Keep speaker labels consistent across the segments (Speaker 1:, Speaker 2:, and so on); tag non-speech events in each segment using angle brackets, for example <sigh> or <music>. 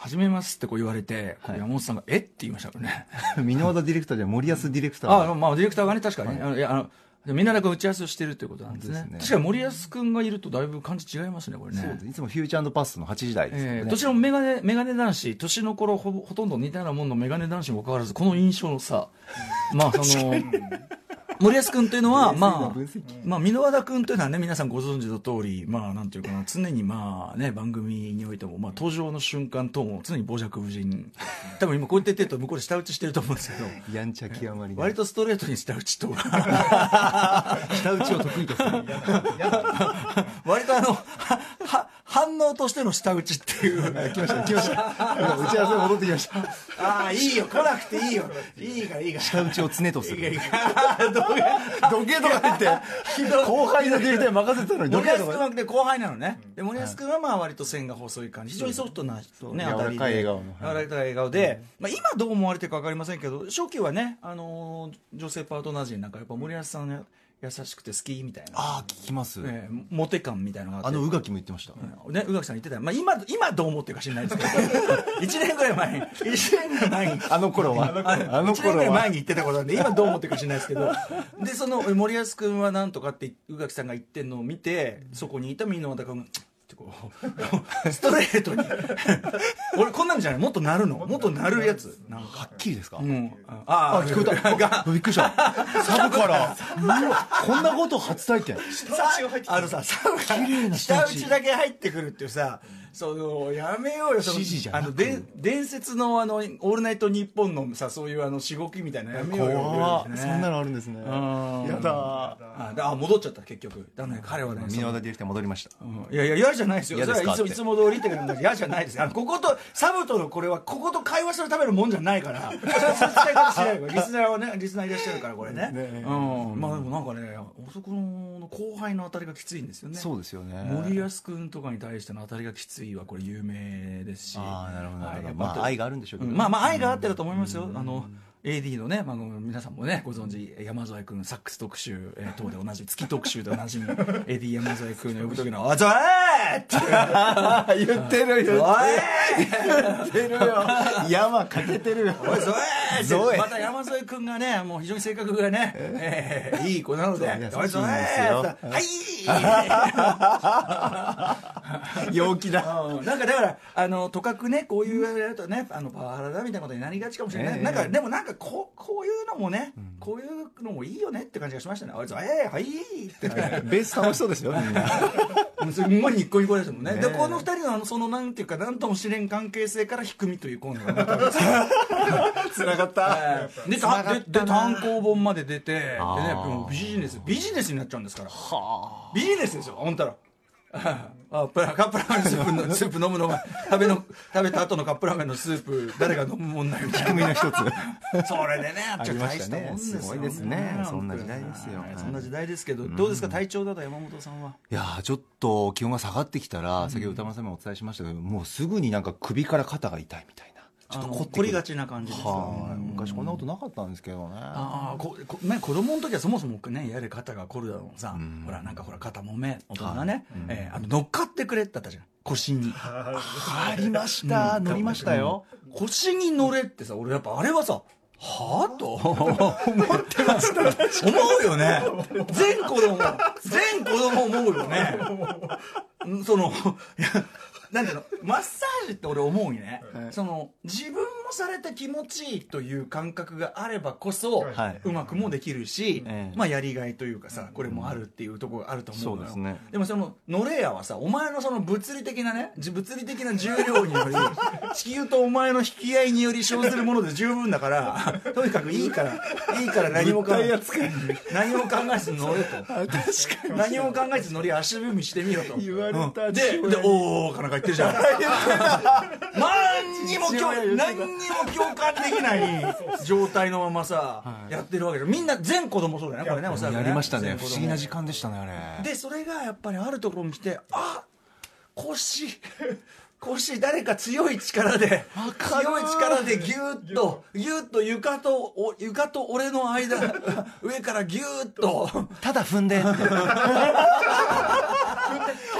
Speaker 1: 始めますってこう言われて、こう山本さんが、えって言いましたから
Speaker 2: <laughs>
Speaker 1: ね。
Speaker 2: ミノーダディレクターじゃ森保ディレクター
Speaker 1: あ
Speaker 2: は
Speaker 1: あの、まあ、ディレクターがね、確かにね、あのいや、あの、でみんなでこう打ち合わせをしてるということなんですね。
Speaker 2: ですね
Speaker 1: 確かに森保君がいるとだいぶ感じ違いますね、これね。
Speaker 2: そうですいつもフューチャーパストの8時台ですけどね
Speaker 1: えー、どちらもメガネ、メガネ男子、年の頃ほぼほとんど似たようなもんのメガネ男子にもかかわらず、この印象のさ、 <laughs> まあその、森保君というの <laughs> は、まあ
Speaker 2: 分析、
Speaker 1: まあ、箕輪田君というのはね、皆さんご存知の通り、まあ、なんていうかな、常にまあね、番組においても、まあ、登場の瞬間等も常に傍若無 <laughs> 人。多分今こうやって言ってると向こうで下打ちしてると思うんですけど、
Speaker 2: やんちゃ極まりない
Speaker 1: 割とストレートに下打ちとか、
Speaker 2: <laughs>
Speaker 1: <laughs>
Speaker 3: 下打ちを得意とする。
Speaker 1: 割とあの、は、は、反応としての下打ちっていう。
Speaker 2: あ来ました来ました今打ち合わせ戻ってきました
Speaker 1: ああ、いいよ、来なくていいよ。いいからいいから。
Speaker 2: 下打ちを常とする
Speaker 1: どう
Speaker 2: どけとか言って後輩のディレクターに任せてたのにど
Speaker 1: 森
Speaker 2: け
Speaker 1: 保君
Speaker 2: とか
Speaker 1: はで後輩なのね、で森保君はまあ割と線が細い感じ、非常にソフトな人、ね、
Speaker 2: そう
Speaker 1: 当たりで
Speaker 2: 柔らかい笑顔の
Speaker 1: 柔らかい笑顔で、まあ、今どう思われてるか分かりませんけど、初期はね、あのー女性パートナー陣なんか、やっぱ森保さんが優しくて好きみたいな、
Speaker 2: ああ聞きます
Speaker 1: えーモテ感みたいなのがあ
Speaker 2: あ
Speaker 1: って
Speaker 2: の宇垣も言ってました
Speaker 1: ね、宇垣さん言ってたよ、まあ、今今どう思ってるか知らないです
Speaker 2: <laughs>
Speaker 1: けど、1年ぐらい前に、1年ぐらい前に。
Speaker 2: あの頃はあの
Speaker 1: 1年ぐ
Speaker 2: 頃
Speaker 1: らい前
Speaker 2: は
Speaker 1: に言ってたことなんで、今どう思ってるか知らないですけど、で、その森保君はなんとかって、宇垣さんが言ってんのを見て、そこにいた箕輪田君が、チッってこう、ス <laughs> トレートに、俺、こんなんじゃない、もっとなるの、もっとなるやつ、なんか。
Speaker 2: はっきりですか
Speaker 1: うん、ああ、
Speaker 2: 聞こえたあびっくりしたサブからうわこんなこと初体験
Speaker 1: さあのさ、サウナ、下打ちだけ入ってくるっていうさ、その、やめようよ、その
Speaker 2: 指示じゃ
Speaker 1: あ
Speaker 2: なく
Speaker 1: の、で、伝説のあの、オールナイトニッポンのさ、そういうあの、しごきみたいなのやめようよ
Speaker 2: 怖。っそんなのあるんですね
Speaker 1: ん
Speaker 2: やだ
Speaker 1: あだあ、戻っちゃった、結局。だね、彼はね、
Speaker 2: 箕輪田ディレクター戻りました
Speaker 1: そのうんいやいや、嫌じゃないですよ。
Speaker 2: 嫌
Speaker 1: そ
Speaker 2: で
Speaker 1: れ
Speaker 2: すか
Speaker 1: はいつも、
Speaker 2: っ
Speaker 1: い
Speaker 2: て
Speaker 1: つも通りって感じで嫌じゃないです。あの、ここと、サブとのこれは、ここと会話するためのもんじゃないから。 <laughs> それはそういう使い方しないから。リスナーはね、リスナーいらっしゃるから、これね。
Speaker 2: ね
Speaker 1: うん。まあでもなんかね、あそこの後輩の当たりがきついんですよね。
Speaker 2: そうですよね
Speaker 1: 森保君とかに対しての当たりがきついはこれ有名ですし
Speaker 2: あーなるほどなるほど
Speaker 1: はい
Speaker 2: まあ
Speaker 1: やっぱ
Speaker 2: 愛があるんでしょうけど
Speaker 1: まあまあ愛があってだと思いますよあの AD のね、まあ、あの皆さんもねご存知山添君サックス特集、えー、等でおなじみ月特集でおなじ <laughs> み AD 山添君の呼ぶ時の「あざえ!」って
Speaker 2: <laughs> 言ってる
Speaker 1: <laughs> 「お
Speaker 2: よ
Speaker 1: い!」
Speaker 2: 言ってるよ山かけてるよ
Speaker 1: おいゾエ
Speaker 2: ゾエ
Speaker 1: また山添君がねもう非常に性格がね、ええいい子なので
Speaker 2: そう
Speaker 1: おいゾエ
Speaker 2: 優
Speaker 1: はい
Speaker 2: <laughs> 陽気だ
Speaker 1: うんなんかだからあのとかくねこういうやるとねあのパワハラだみたいなことになりがちかもしれない、
Speaker 2: ええ
Speaker 1: なんかでもなんかこうこういうのもね、こういうのもいいよねって感じがしましたね「おいぞえはい」って
Speaker 2: ベース楽しそうですよみんな
Speaker 1: もうすんごいニッコニコですもんね
Speaker 2: ね
Speaker 1: でこの二人のあのそのなんていうかなんとも知れん関係性から低みというコーナー
Speaker 2: <laughs>
Speaker 1: がまた
Speaker 2: <laughs> つながった
Speaker 1: でたでで単行本まで出てで、ね、
Speaker 2: あー
Speaker 1: もうビジネスビジネスになっちゃうんですからビジネスですよあんたら <laughs> あプラカップラーメンのスープ
Speaker 2: <laughs>
Speaker 1: のスープ飲むのが食べの食べた後のカップラーメンのスープ誰が飲むも
Speaker 2: <laughs>
Speaker 1: んないみたいな
Speaker 2: 組の一つ
Speaker 1: それでねあっちゃ大したもんですよ
Speaker 2: ありましたねすごいですねそんな時代ですよ
Speaker 1: はいそんな時代ですけどどうですか体調だと山本さんはい
Speaker 2: やーちょっと気温が下がってきたら、先ほど歌丸さんもお伝えしましたけど、もうすぐになんか首から肩が痛いみたいな、ちょっと凝ってく
Speaker 1: 凝
Speaker 2: る
Speaker 1: りがちな感じですよね
Speaker 2: はい、昔こんなことなかったんですけどね。
Speaker 1: ああここ、ね、子供の時はそもそもねやれ肩が凝るだろうさ、ほらなんかほら肩もめ大人がね、えーあの乗っかってくれってあったじゃん腰に
Speaker 2: <laughs> ありました、乗りましたよ。
Speaker 1: 腰に乗れってさ俺やっぱあれはさはあと思ってました <laughs> 思うよね全子供全子供思うよ
Speaker 2: <laughs>
Speaker 1: ねうんそのいやなんていうのマッサージって俺思うにね、その自分もされて気持ちいいという感覚があればこそ、
Speaker 2: はいう
Speaker 1: まくもできるし、
Speaker 2: ええ
Speaker 1: まあやりがいというかさこれもあるっていうところがあると思うのよ、
Speaker 2: そうですね
Speaker 1: でもそのノレアはさお前のその物理的なねじ物理的な重量によ
Speaker 2: <laughs>
Speaker 1: り地球とお前の引き合いにより生ずるもので十分だからとにかくいいからいいから何も考え何も考えず乗れと何も考えず乗り足踏みしてみろと
Speaker 2: 言われた
Speaker 1: ででおおかなか言ってるじ
Speaker 2: <laughs>
Speaker 1: ゃん何にも共何にも共感できない状態のままさ、やってるわけじゃんみんな全子供そうだよねこれねおそらく
Speaker 2: やりましたね
Speaker 1: 全。子
Speaker 2: 不
Speaker 1: 供
Speaker 2: 思議な時間でしたね、あれ。
Speaker 1: でそれがやっぱりあるところに来てあ腰 <laughs> 腰誰か強い力で
Speaker 2: かる
Speaker 1: 強い力でギューッとギューッと床とお床と俺の間上からギューッと
Speaker 2: ただ踏んで。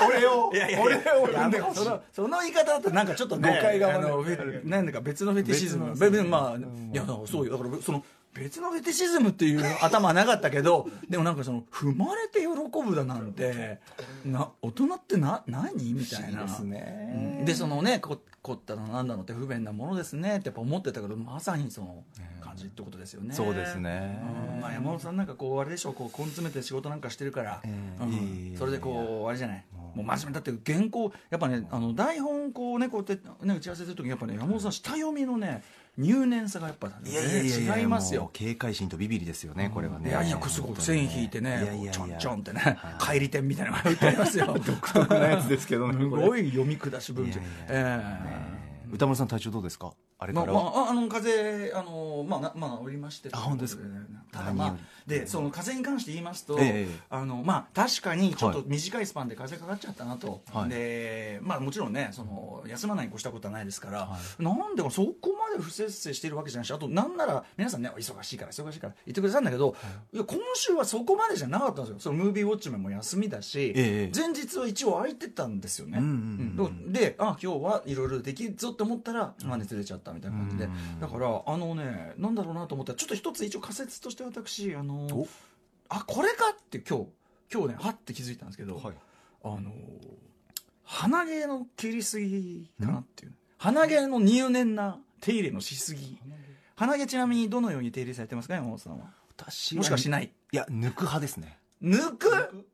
Speaker 3: 俺を、俺を
Speaker 1: いや
Speaker 3: 産んでほし
Speaker 1: そ
Speaker 3: い。
Speaker 1: のその言い方だとなんかちょっとね
Speaker 3: 誤解が生ま
Speaker 1: あ
Speaker 3: れる
Speaker 1: のフェなんか別のフェティシズム
Speaker 3: 別
Speaker 1: 別にまあ、いやそうよだからその別のフェティシズムっていう頭はなかったけどでもなんかその踏まれて喜ぶだなんてな大人ってな何みたいな
Speaker 2: です
Speaker 1: う
Speaker 2: ね。
Speaker 1: んでそのねこ凝ったのなんだのって不便なものですねってやっぱ思ってたけどまさにその感じってことですよね、
Speaker 2: そうですね
Speaker 1: うんまあ、山本さんなんかこうあれでしょうこう根詰めて仕事なんかしてるから、
Speaker 2: ええ
Speaker 1: うん
Speaker 2: いえいえいえ
Speaker 1: それでこうあれじゃないもう真面目だって原稿やっぱねあの台本こうねこうやって、ね、打ち合わせする時にやっぱね山本さん下読みのね入念さがやっぱ、ね、違います
Speaker 2: も
Speaker 1: よ
Speaker 2: う警戒心とビビりですよね、これはね。
Speaker 1: いやいや、すごく線引いてね、ちょんちょんってね、帰り点みたいなのが打ってあり
Speaker 2: <laughs>
Speaker 1: ますよ。独特
Speaker 2: なやつですけどね
Speaker 1: すごい読み下し文
Speaker 2: いや
Speaker 1: 章
Speaker 2: いや。
Speaker 1: え
Speaker 2: えー歌丸さん体調どうですかあ
Speaker 1: え
Speaker 2: れ
Speaker 1: ま
Speaker 2: か
Speaker 1: あ、
Speaker 2: ら
Speaker 1: ま
Speaker 2: は
Speaker 1: あ、あの風邪あのまあなまあ治りまして
Speaker 2: あ本当ですか
Speaker 1: ただま
Speaker 2: 何よ
Speaker 1: あでその風邪に関して言いますと、
Speaker 2: ええ
Speaker 1: あのまあ確かにちょっ
Speaker 2: は
Speaker 1: と
Speaker 2: い
Speaker 1: 短いスパンで風邪かかっちゃったなと、
Speaker 2: はい
Speaker 1: でまあもちろんねその休まないに越したことはないですから、なんでかそこまで不節制してるわけじゃないしあとなんなら皆さんね忙しいから忙しいから言ってくださるんだけど、いや今週はそこまでじゃなかったんですよそのムービーウォッチメンも休みだし、
Speaker 2: ええ
Speaker 1: 前日は一応空いてたんですよね、
Speaker 2: うんうんうん
Speaker 1: うんであ今日はいろいろできるぞって思ったら、まあ、熱出ちゃったみたいな感じで、
Speaker 2: うん
Speaker 1: だからあのねなんだろうなと思ったらちょっと一つ一応仮説として私あの
Speaker 2: お
Speaker 1: あこれかって今日今日ねはって気づいたんですけど、
Speaker 2: はい
Speaker 1: あの鼻毛の切りすぎかなっていう鼻毛の入念な手入れのしすぎ鼻毛ちなみにどのように手入れされてますか山本さんは
Speaker 2: 私は
Speaker 1: もしかしない
Speaker 2: いや抜く派ですね
Speaker 1: 抜く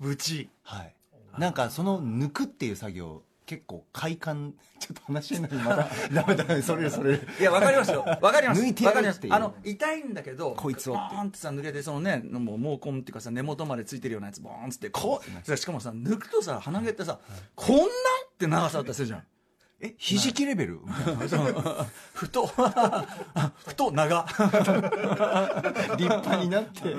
Speaker 1: ぶち
Speaker 2: はいなんかその抜くっていう作業結構快感ちょっと話になるま
Speaker 1: <laughs>
Speaker 2: たダメダメそれるそれる
Speaker 1: いや、わかりますよ。わかります。
Speaker 2: <laughs> 抜いてや
Speaker 1: わか
Speaker 2: る
Speaker 1: りま
Speaker 2: っ
Speaker 1: す
Speaker 2: ていう
Speaker 1: あの、痛いんだけど、
Speaker 2: こいつをって
Speaker 1: ボーンってさ、抜けて、そのね、もう毛根っていうかさ、根元までついてるようなやつ、ボーンっつって、こう、しかもさ、抜くとさ、鼻毛ってさ、こんなって長さだったりするじゃん。
Speaker 2: えひじきレベルみたいな
Speaker 1: ふと、 <laughs> ふと長。
Speaker 2: 立派に
Speaker 1: <laughs>
Speaker 2: なって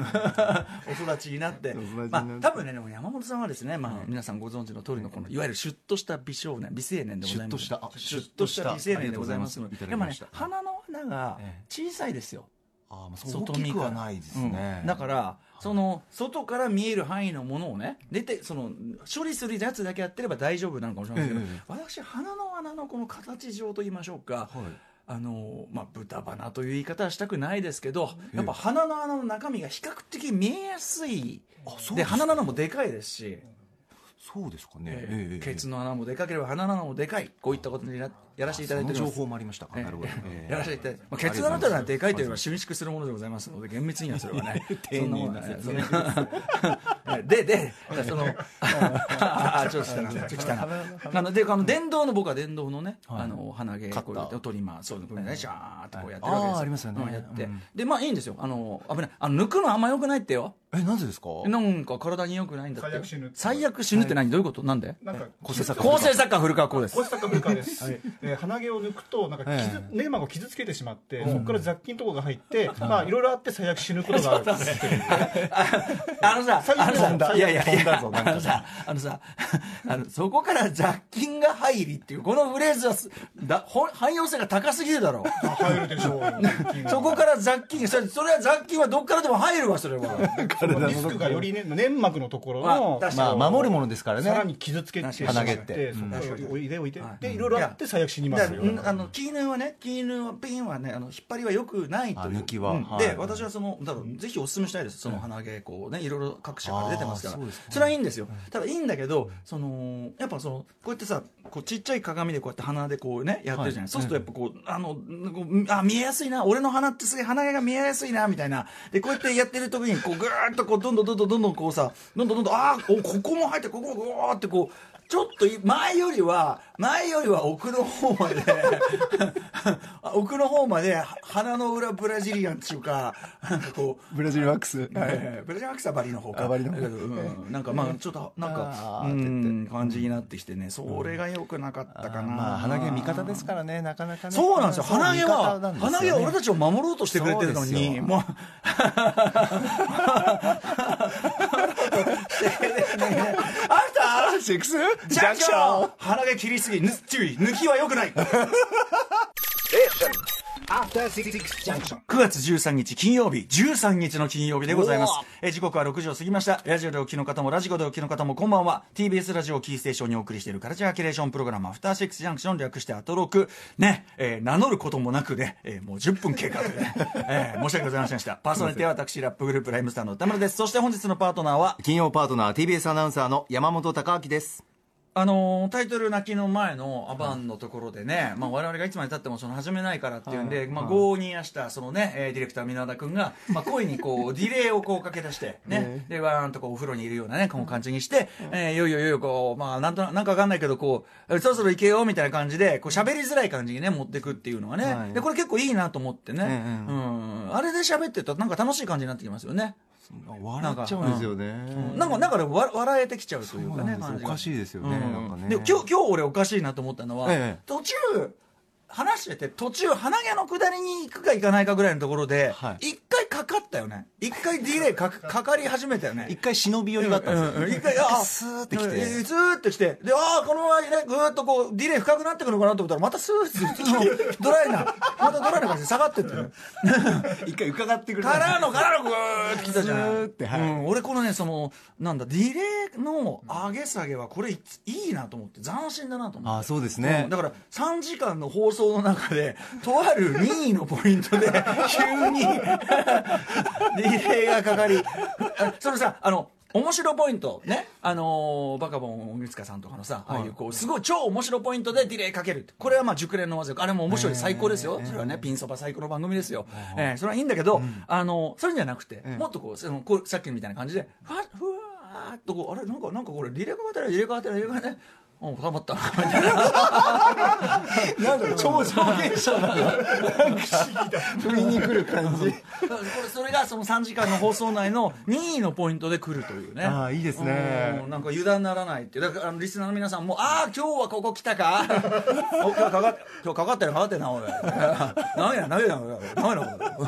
Speaker 1: お育ちになって
Speaker 2: お育ちになって
Speaker 1: まあ多分ねでも山本さんはですね、まあ、皆さんご存知の通りのこのいわゆるシュッとした美少年美青年でございます
Speaker 2: シュッとしたあ
Speaker 1: シュッとした美青年でございます
Speaker 2: ありがとうございますいた
Speaker 1: で
Speaker 2: だき
Speaker 1: も
Speaker 2: ま
Speaker 1: ね
Speaker 2: した
Speaker 1: 鼻の穴が
Speaker 2: ええ
Speaker 1: 小さいですよ
Speaker 2: ああまあそう
Speaker 1: 外
Speaker 2: 大
Speaker 1: 見
Speaker 2: きく
Speaker 1: から
Speaker 2: はないですね、
Speaker 1: うんだからその外から見える範囲のものをね出てその処理するやつだけやってれば大丈夫なのかもしれないですけど、
Speaker 2: ええ
Speaker 1: 私鼻の穴のこの形状と言いましょうか、
Speaker 2: はい
Speaker 1: あのまあ、豚鼻という言い方はしたくないですけど、やっぱ鼻の穴の中身が比較的見えやすい
Speaker 2: あそう
Speaker 1: で
Speaker 2: ですか
Speaker 1: 鼻の穴もでかいですし、
Speaker 2: そうですかね、
Speaker 1: え
Speaker 2: ええええ
Speaker 1: ーケツの穴もでかければ鼻の穴もでかいこういったことにややらせていただいており
Speaker 2: そ
Speaker 1: ま
Speaker 2: の
Speaker 1: す
Speaker 2: 情報もありましたか、なるほど、ええ
Speaker 1: やらせていただいて、まあ、ケツ穴というのはでかいというのは収縮するものでございますので厳密にはそれは <laughs> ね
Speaker 2: 丁寧な
Speaker 1: そんなもんはね <laughs> ででそ <laughs> のああちょっと来たなちょっと来たなあのであの電動の僕は電動のね、あの鼻毛
Speaker 2: カッタ
Speaker 1: こ
Speaker 2: ー
Speaker 1: うやってトリマーそういうのねシャーってこうやってる
Speaker 2: はい
Speaker 1: わけです
Speaker 2: あーありますよね
Speaker 1: うんやって、
Speaker 2: うん
Speaker 1: でまあいいんですよあの危ないあの抜くのあんまよくないってよ
Speaker 2: えなぜですか
Speaker 1: なんか体に良くないんだって
Speaker 3: 最悪死ぬって
Speaker 1: 最悪死ぬって何、どういうことなんで
Speaker 4: なんか、
Speaker 2: 構成作家
Speaker 1: 構成作家古川こうです
Speaker 4: 小坂ブルカです。えー鼻毛を抜くと、なんか傷、ネイマーを傷つけてしまって、そこから雑菌とかが入って、まあ、いろいろあって最悪死ぬことがある。
Speaker 1: あ <laughs> のさ、
Speaker 4: 最近
Speaker 1: あのさ
Speaker 4: 飛んだ、
Speaker 1: いやいやい
Speaker 2: 飛んだ
Speaker 1: や
Speaker 2: ぞ、なんか
Speaker 1: あのさ、あのさ、あの、そこから雑菌が入りっていう、このフレーズはす、だ、ほん汎用性が高すぎるだろう。
Speaker 4: 入るでしょうよ。
Speaker 1: そこから雑菌、それ、それは雑菌はどっからでも入るわ、それは。
Speaker 4: らリスクがよりね、粘膜のところ
Speaker 1: あ
Speaker 4: の、
Speaker 1: 確
Speaker 2: まあ守るもの
Speaker 4: で
Speaker 2: ですから
Speaker 4: さら
Speaker 2: ね
Speaker 4: に傷つけてしま
Speaker 2: 鼻
Speaker 4: っ
Speaker 2: 毛
Speaker 4: て、
Speaker 2: って
Speaker 4: そこからおいでおいで
Speaker 1: はい。
Speaker 4: で、いろいろあって最悪死にま
Speaker 1: だ
Speaker 4: す
Speaker 1: か
Speaker 4: よ
Speaker 1: ら。んあの、キーヌーはね、キーヌーは、ピンはね、あの、引っ張りは良くないという。
Speaker 2: あ抜きは
Speaker 1: うん
Speaker 2: はい
Speaker 1: で、私はその、だから、ぜひお勧めしたいです。その鼻毛、こうね、いろいろ各社から出てますから。
Speaker 2: あー
Speaker 1: そ
Speaker 2: そうですね
Speaker 1: れはいいんですよ。ただ、いいんだけど、その、やっぱその、こうやってさ、こう、ちっちゃい鏡でこうやって鼻でこうね、やってるじゃない。
Speaker 2: はい
Speaker 1: そうすると、やっぱこう、あの、こうあ、見えやすいな、俺の鼻ってすげえ鼻毛が見えやすいな、みたいな。で、こうやってやってる時に、こう、ぐーっとこう、どんどんどんどんどんどんこうさ、どんどんどんどん、ああ、おここも入って、ここもぐわーってこう、ちょっとい前よりは、前よりは奥の方まで、 <laughs> あ奥の方までは鼻の裏ブラジリアンっていうか、なんかこう、
Speaker 2: ブラジルワックス
Speaker 1: えーブラジルアクサバリの方か。
Speaker 2: あバリの方
Speaker 1: うんなんかまあちょっと、なんか
Speaker 2: あ、ー
Speaker 1: う
Speaker 2: って
Speaker 1: ん感じになってきてね、それが良くなかったかな。
Speaker 2: まあ鼻毛味方ですからねなかなかね
Speaker 1: そうなんですよ。鼻毛は、鼻毛は俺た
Speaker 2: ち
Speaker 1: ちを守ろうとしてくれてるの
Speaker 2: そうです
Speaker 1: に、
Speaker 2: よ <laughs>
Speaker 1: もう。あなた、あな
Speaker 2: シックス
Speaker 1: ジャンクション鼻毛切りすぎぬ注意抜きは良くない9月13日金曜日13日の金曜日でございますえ時刻は6時を過ぎましたラジオでお聞きの方もラジコでお聞きの方もこんばんは TBS ラジオをキーステーションにお送りしているカルチャーキュレーションプログラム「アフターシックスジャンクション」略してアトロクね、えー名乗ることもなくね、えーもう10分経過というね、えー申し訳ございませんでしたパーソナリティは私ラップグループライムスターの歌丸ですそして本日のパートナーは
Speaker 2: 金曜パートナー TBS アナウンサーの山本貴明です
Speaker 1: あのータイトル泣きの前のアバンのところでね、まあ、我々がいつまでたってもその始めないからっていうんで、まあ、強引やしたその、ね、えーディレクター皆田君が、まあ、声にこうディレイをこうかけ出
Speaker 2: <laughs>
Speaker 1: して、ねでわーんとこうお風呂にいるような、ね、こう感じにして、えーいよいよいよいよこう、まあ、なんとななんかわかんないけどこうえーそろそろ行けよみたいな感じでこう喋りづらい感じに、ね、持ってくっていうのはね、
Speaker 2: はい
Speaker 1: でこれ結構いいなと思ってね、
Speaker 2: ええ
Speaker 1: うん、あれで喋ってるとなんか楽しい感じになってきますよね。
Speaker 2: 笑っちゃうんですよね
Speaker 1: なんか、だから、わ笑えてきちゃうという
Speaker 2: そ
Speaker 1: か
Speaker 2: うな
Speaker 1: ね
Speaker 2: んで、す
Speaker 1: 感じ
Speaker 2: よお
Speaker 1: が
Speaker 2: かしいですよね、
Speaker 1: うん
Speaker 2: なんかね
Speaker 1: で今日今日俺おかしいなと思ったのは、
Speaker 2: ええ
Speaker 1: 途中話してて途中鼻毛の下りに行くか行かないかぐらいのところで一、
Speaker 2: はい
Speaker 1: 回かかったよね一回ディレイ
Speaker 2: <laughs>
Speaker 1: かかかり始めたよね
Speaker 2: 一回忍び寄りがあったんですよ、
Speaker 1: うんうん一回あ
Speaker 2: スーってきて
Speaker 1: えースーってきてでああこのままねぐーっとこうディレイ深くなってくるのかなと思ったらまたスーッてそのドライなまたドライな感じで下がってってね
Speaker 2: 一回伺ってくれ
Speaker 1: からのからのぐーってきたじゃない、
Speaker 2: スーってはい
Speaker 1: うん、俺このねそのなんだディレイの上げ下げはこれいついいなと思って斬新だなと思って
Speaker 2: あそうですね
Speaker 1: うんだから3時間の放送の中でとある任意のポイント <laughs> で急にディレイがかかりあそのさあの面白ポイントねあのーバカボン鬼塚さんとかのさ、ああいうこうすごい超面白ポイントでディレイかけるこれはまあ熟練の技あれも面白い最高ですよ、それはねピンそば最高の番組ですよ、えーそれはいいんだけど、あのそれじゃなくて、もっとこうそのこうさっきみたいな感じでふわふわーっとこうあれなんかなんかこれディレイかかってないディレイかかってないディレイかかってないうん、固まったなみたいな
Speaker 2: なんか超上下者な振りに来る感じ
Speaker 1: だからこれそれがその3時間の放送内の任意のポイントで来るというね
Speaker 2: ああいいですね
Speaker 1: うんなんか油断ならないっていうだからあのリスナーの皆さんも「ああ今日はここ来た
Speaker 2: <laughs>
Speaker 1: かお今日かかっ今日かかってるかかってるなおい何や何や何や何やこ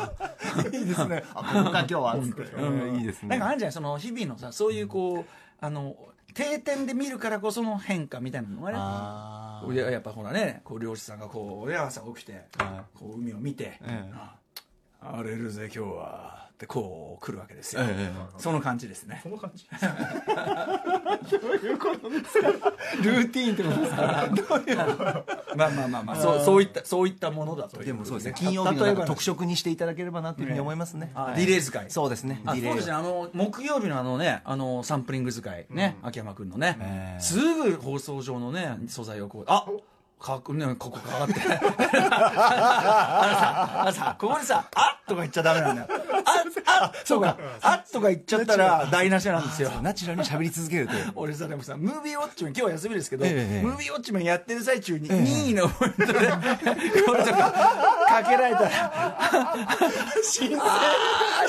Speaker 1: れ
Speaker 2: いいですねあここが今日はつって、うんいいです
Speaker 1: なんかあ
Speaker 2: ね
Speaker 1: るじゃないその日々のさそういうこうあの定点で見るからこその変化みたいなのがね
Speaker 2: あ
Speaker 1: いややっぱほらねこう漁師さんがこうね朝起きて、
Speaker 2: は
Speaker 1: こう海を見て、
Speaker 2: ええ
Speaker 1: あ荒れるぜ今日はってこう来るわけですよ、
Speaker 2: ええ
Speaker 1: その感じですね
Speaker 4: この感じ
Speaker 2: ルーティーンってことですか
Speaker 1: まあまあまあまあそうそういったそういったものだという
Speaker 2: でもそうですね金曜日のなんか特色にしていただければなっていうふうに思いますね、
Speaker 1: あディレイ使い
Speaker 2: そうですね
Speaker 1: あそうですね
Speaker 2: は
Speaker 1: あの木曜日のあのねあのサンプリング使いね、秋山君のね、
Speaker 2: ええ
Speaker 1: すぐ放送上のね素材をこうあかっこね、ここか <laughs> かってあのさあのさここでさ「あっ」とか言っちゃダメなんだよ「ああそうか「あっ」とか言っちゃったら台無しなんですよ
Speaker 2: そうナチュラルに喋り続けるという
Speaker 1: <laughs> 俺さでもさムービーウォッチメン今日休みですけど、
Speaker 2: ええええ
Speaker 1: ムービーウォッチメンやってる最中に任意のポイント <laughs> で、これとかかけられたら新鮮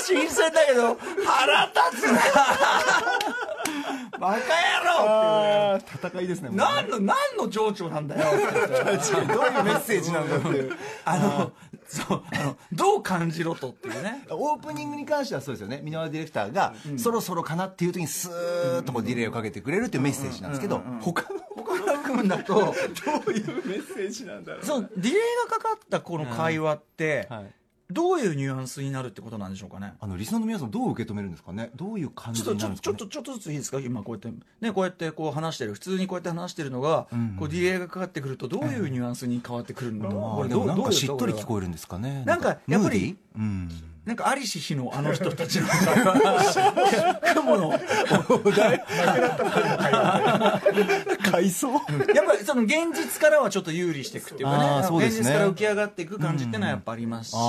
Speaker 1: 新鮮だけど腹立つ <laughs> なバカ野郎っていうね
Speaker 2: あー戦いですねもう
Speaker 1: 何の何の情緒なんだ
Speaker 2: <laughs>
Speaker 1: よって言って
Speaker 2: どういうメッセージなんだっていう
Speaker 1: あのそうあのどう感じろとっていう
Speaker 2: <laughs>
Speaker 1: ね
Speaker 2: オープニングに関してはそうですよね箕輪ディレクターが、そろそろかなっていう時にスーッとこうディレイをかけてくれるっていうメッセージなんですけど、他の
Speaker 1: 他の部分だと
Speaker 3: どういうメッセージなんだろう
Speaker 1: そうディレイがかかったこの会話って、
Speaker 2: はい
Speaker 1: どういうニュアンスになるってことなんでしょうかね
Speaker 2: あのリスナーの皆さんどう受け止めるんですかねどういう感
Speaker 1: ちょ
Speaker 2: じ
Speaker 1: っと
Speaker 2: に
Speaker 1: ち
Speaker 2: な
Speaker 1: ょ
Speaker 2: るん
Speaker 1: っ
Speaker 2: で
Speaker 1: と
Speaker 2: す
Speaker 1: ちょっと
Speaker 2: かね
Speaker 1: ちょっとずついいですか今こうやってねこうやってこう話してる普通にこうやって話してるのが、こうディレイがかかってくるとどういうニュアンスに変わってくるのか、こ
Speaker 2: あ
Speaker 1: れ
Speaker 2: で
Speaker 1: ど
Speaker 2: も
Speaker 1: う
Speaker 2: なん
Speaker 1: ど
Speaker 2: か
Speaker 1: う
Speaker 2: しっとり聞
Speaker 1: え
Speaker 2: こえるんですかね
Speaker 1: なんかやっぱり
Speaker 2: ムーディーうん
Speaker 1: なんかありし日のあの人たちの
Speaker 2: <laughs>
Speaker 1: <laughs> 雲の
Speaker 2: 回想
Speaker 1: やっぱりその現実からはちょっと有利していくっていうか
Speaker 2: あ
Speaker 1: ね
Speaker 2: ーそうです
Speaker 1: 現
Speaker 2: ね
Speaker 1: 実から浮き上がっていく感じってのはやっぱありますし、
Speaker 2: あ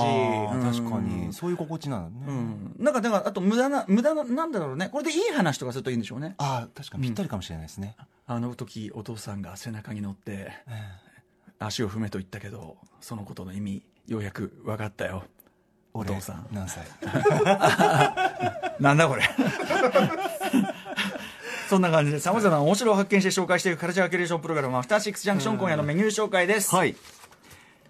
Speaker 1: うん
Speaker 2: ー確かにそういう心地なのね、
Speaker 1: うんなんかだからあと無駄な無駄ななんだろうねこれでいい話とかするといいんでしょうね
Speaker 2: ああ確かにぴったりかもしれないですね、
Speaker 1: あの時お父さんが背中に乗って足を踏めと言ったけどそのことの意味ようやく分かったよお
Speaker 2: 俺
Speaker 1: 父さん
Speaker 2: <laughs> 何歳
Speaker 1: <laughs> なんだこれそんな感じでさまざまな面白を発見して紹介していくカルチャーキュレーションプログラム「アフターシックスジャンクション」今夜のメニュー紹介です、
Speaker 2: はい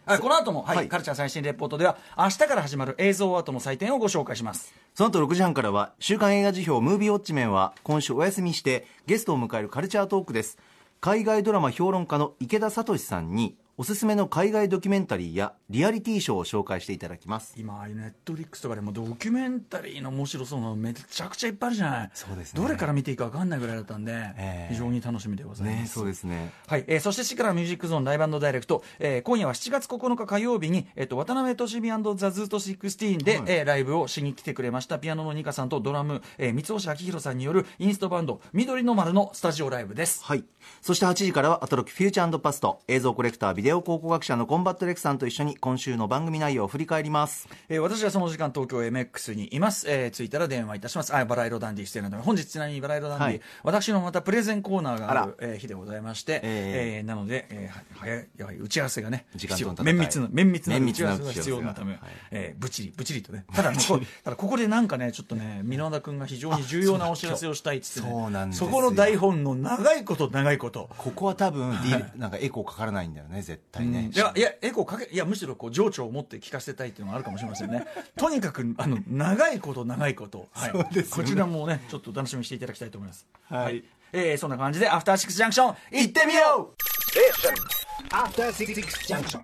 Speaker 1: あこの後も、はい
Speaker 2: はい
Speaker 1: カルチャー最新レポートでは明日から始まる映像アートの祭典をご紹介します
Speaker 2: その後6時半からは、週刊映画辞表ムービーウォッチメンは、今週お休みして、ゲストを迎えるカルチャートークです。海外ドラマ評論家の池田聡さんに、おすすめの海外ドキュメンタリーやリアリティショーを紹介していただきます。
Speaker 1: 今ああいうネットフリックスとかでもドキュメンタリーの面白そうなのめちゃくちゃいっぱいあるじゃない
Speaker 2: そうですね
Speaker 1: どれから見ていいか分かんないぐらいだったんで、
Speaker 2: ええ
Speaker 1: 非常に楽しみでございます、
Speaker 2: ねそうですね。
Speaker 1: はい、えーそして4時からミュージックゾーンライブダイレクト、えー今夜は7月9日火曜日に、えっと渡辺俊美ザ・ズート16で、えーライブをしに来てくれましたピアノのニカさんとドラム、えー三星明宏さんによるインストバンド緑の丸のスタジオライブです
Speaker 2: はい。そして8時からは、アトロックフューチャーパスト、映像コレクター、ビデオ考古学者のコンバットレクさんと一緒に、今週の番組内容を振り返ります。
Speaker 1: えー私はその時間東京 MX にいます、えー着いたら電話いたしますあバラ色ダンディ出演など本日ちなみにバラ色ダンディ、
Speaker 2: はい
Speaker 1: 私のまたプレゼンコーナーがあ
Speaker 2: あ
Speaker 1: る
Speaker 2: ら
Speaker 1: えー日でございまして、
Speaker 2: え
Speaker 1: えーなので、えーは早いやはり打ち合わせがね
Speaker 2: 時間と
Speaker 1: 必
Speaker 2: の
Speaker 1: 要
Speaker 2: 戦い
Speaker 1: 綿密な綿密な
Speaker 2: 綿
Speaker 1: 打
Speaker 2: 密
Speaker 1: ち合
Speaker 2: な
Speaker 1: わせが必要なため、
Speaker 2: 打ち合わせがはい
Speaker 1: えーぶっちりぶっちりとねただもうこただここでなんかねちょっとね箕田君が非常に重要なお知らせをしたいっつって、ね、
Speaker 2: そうなんですよ
Speaker 1: そこの台本の長いこと長いこと
Speaker 2: ここは多分、D なんかエコーかからないんだよね、絶対ね。
Speaker 1: いやいやエコーかけいやむしろこう情緒を持って聞かせたいっていうのがあるかもしれません <laughs> ねとにかくあの長いこと長い <laughs> こと、はいこちらもねちょっと楽しみにしていただきたいと思いますはい、えーそんな感じで「アフターシックスジャンクション」いってみよう
Speaker 5: After Six Junction.